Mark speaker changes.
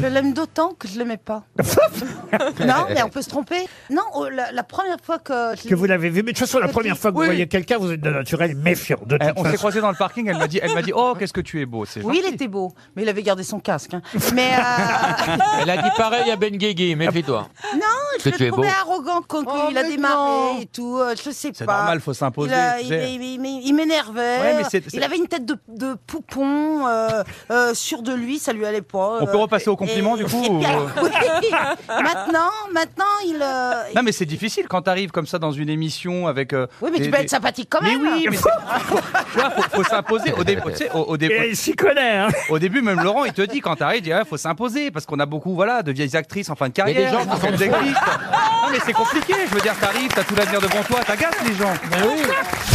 Speaker 1: Je l'aime d'autant que je l'aimais pas. non, mais on peut se tromper. Non, oh, la, la première fois que je
Speaker 2: que
Speaker 1: l'ai-
Speaker 2: vous l'avez vu. Mais de toute façon, la première fois que vous
Speaker 3: Oui.
Speaker 2: voyez quelqu'un, vous êtes de naturel méfiant. De
Speaker 3: Eh,
Speaker 2: toute
Speaker 3: on s'est
Speaker 2: façon.
Speaker 3: croisés dans le parking, elle m'a dit, elle m'a dit, oh qu'est-ce que tu es beau, c'est
Speaker 1: Oui, il
Speaker 3: gentil.
Speaker 1: était beau, mais il avait gardé son casque. hein. Mais euh,
Speaker 4: Elle a dit pareil à Ben Guigui, méfie-toi.
Speaker 1: je
Speaker 4: Que tu
Speaker 1: le
Speaker 4: es
Speaker 1: trouvais
Speaker 4: beau.
Speaker 1: arrogant quand
Speaker 3: Oh,
Speaker 1: il a
Speaker 3: mais non.
Speaker 1: démarré et tout. euh, je sais pas.
Speaker 3: C'est normal, faut
Speaker 1: Il,
Speaker 3: s'imposer.
Speaker 1: a-
Speaker 3: tu
Speaker 1: il,
Speaker 3: sais.
Speaker 1: il- il- il m'énervait.
Speaker 3: Ouais, mais c'est-
Speaker 1: Il
Speaker 3: c'est-
Speaker 1: avait une tête de, de poupon euh, euh, sûr de lui, ça lui allait pas.
Speaker 3: On
Speaker 1: euh,
Speaker 3: peut repasser aux
Speaker 1: et-
Speaker 3: compliments, du coup,
Speaker 1: et puis,
Speaker 3: ou- euh,
Speaker 1: alors, oui, maintenant, maintenant, il. euh,
Speaker 3: Non mais c'est difficile quand t'arrives comme ça dans une émission avec. euh,
Speaker 1: oui, mais
Speaker 3: des-
Speaker 1: tu peux
Speaker 3: des-
Speaker 1: être sympathique quand
Speaker 3: Mais
Speaker 1: même.
Speaker 3: oui, mais c'est- faut- tu vois, faut, faut s'imposer. Au, dé- tu sais, au- au dé-
Speaker 2: Et il s'y connaît. Hein.
Speaker 3: au début, même Laurent, il te dit quand t'arrives, il dit, ah, faut s'imposer parce qu'on a beaucoup, voilà, de vieilles actrices en fin de
Speaker 4: y a
Speaker 3: carrière.
Speaker 4: des gens qui
Speaker 3: sont des actrices. Non mais c'est compliqué. Je veux dire, t'arrives, t'as tout l'avenir devant toi, t'agaces les gens.
Speaker 4: Mais oui.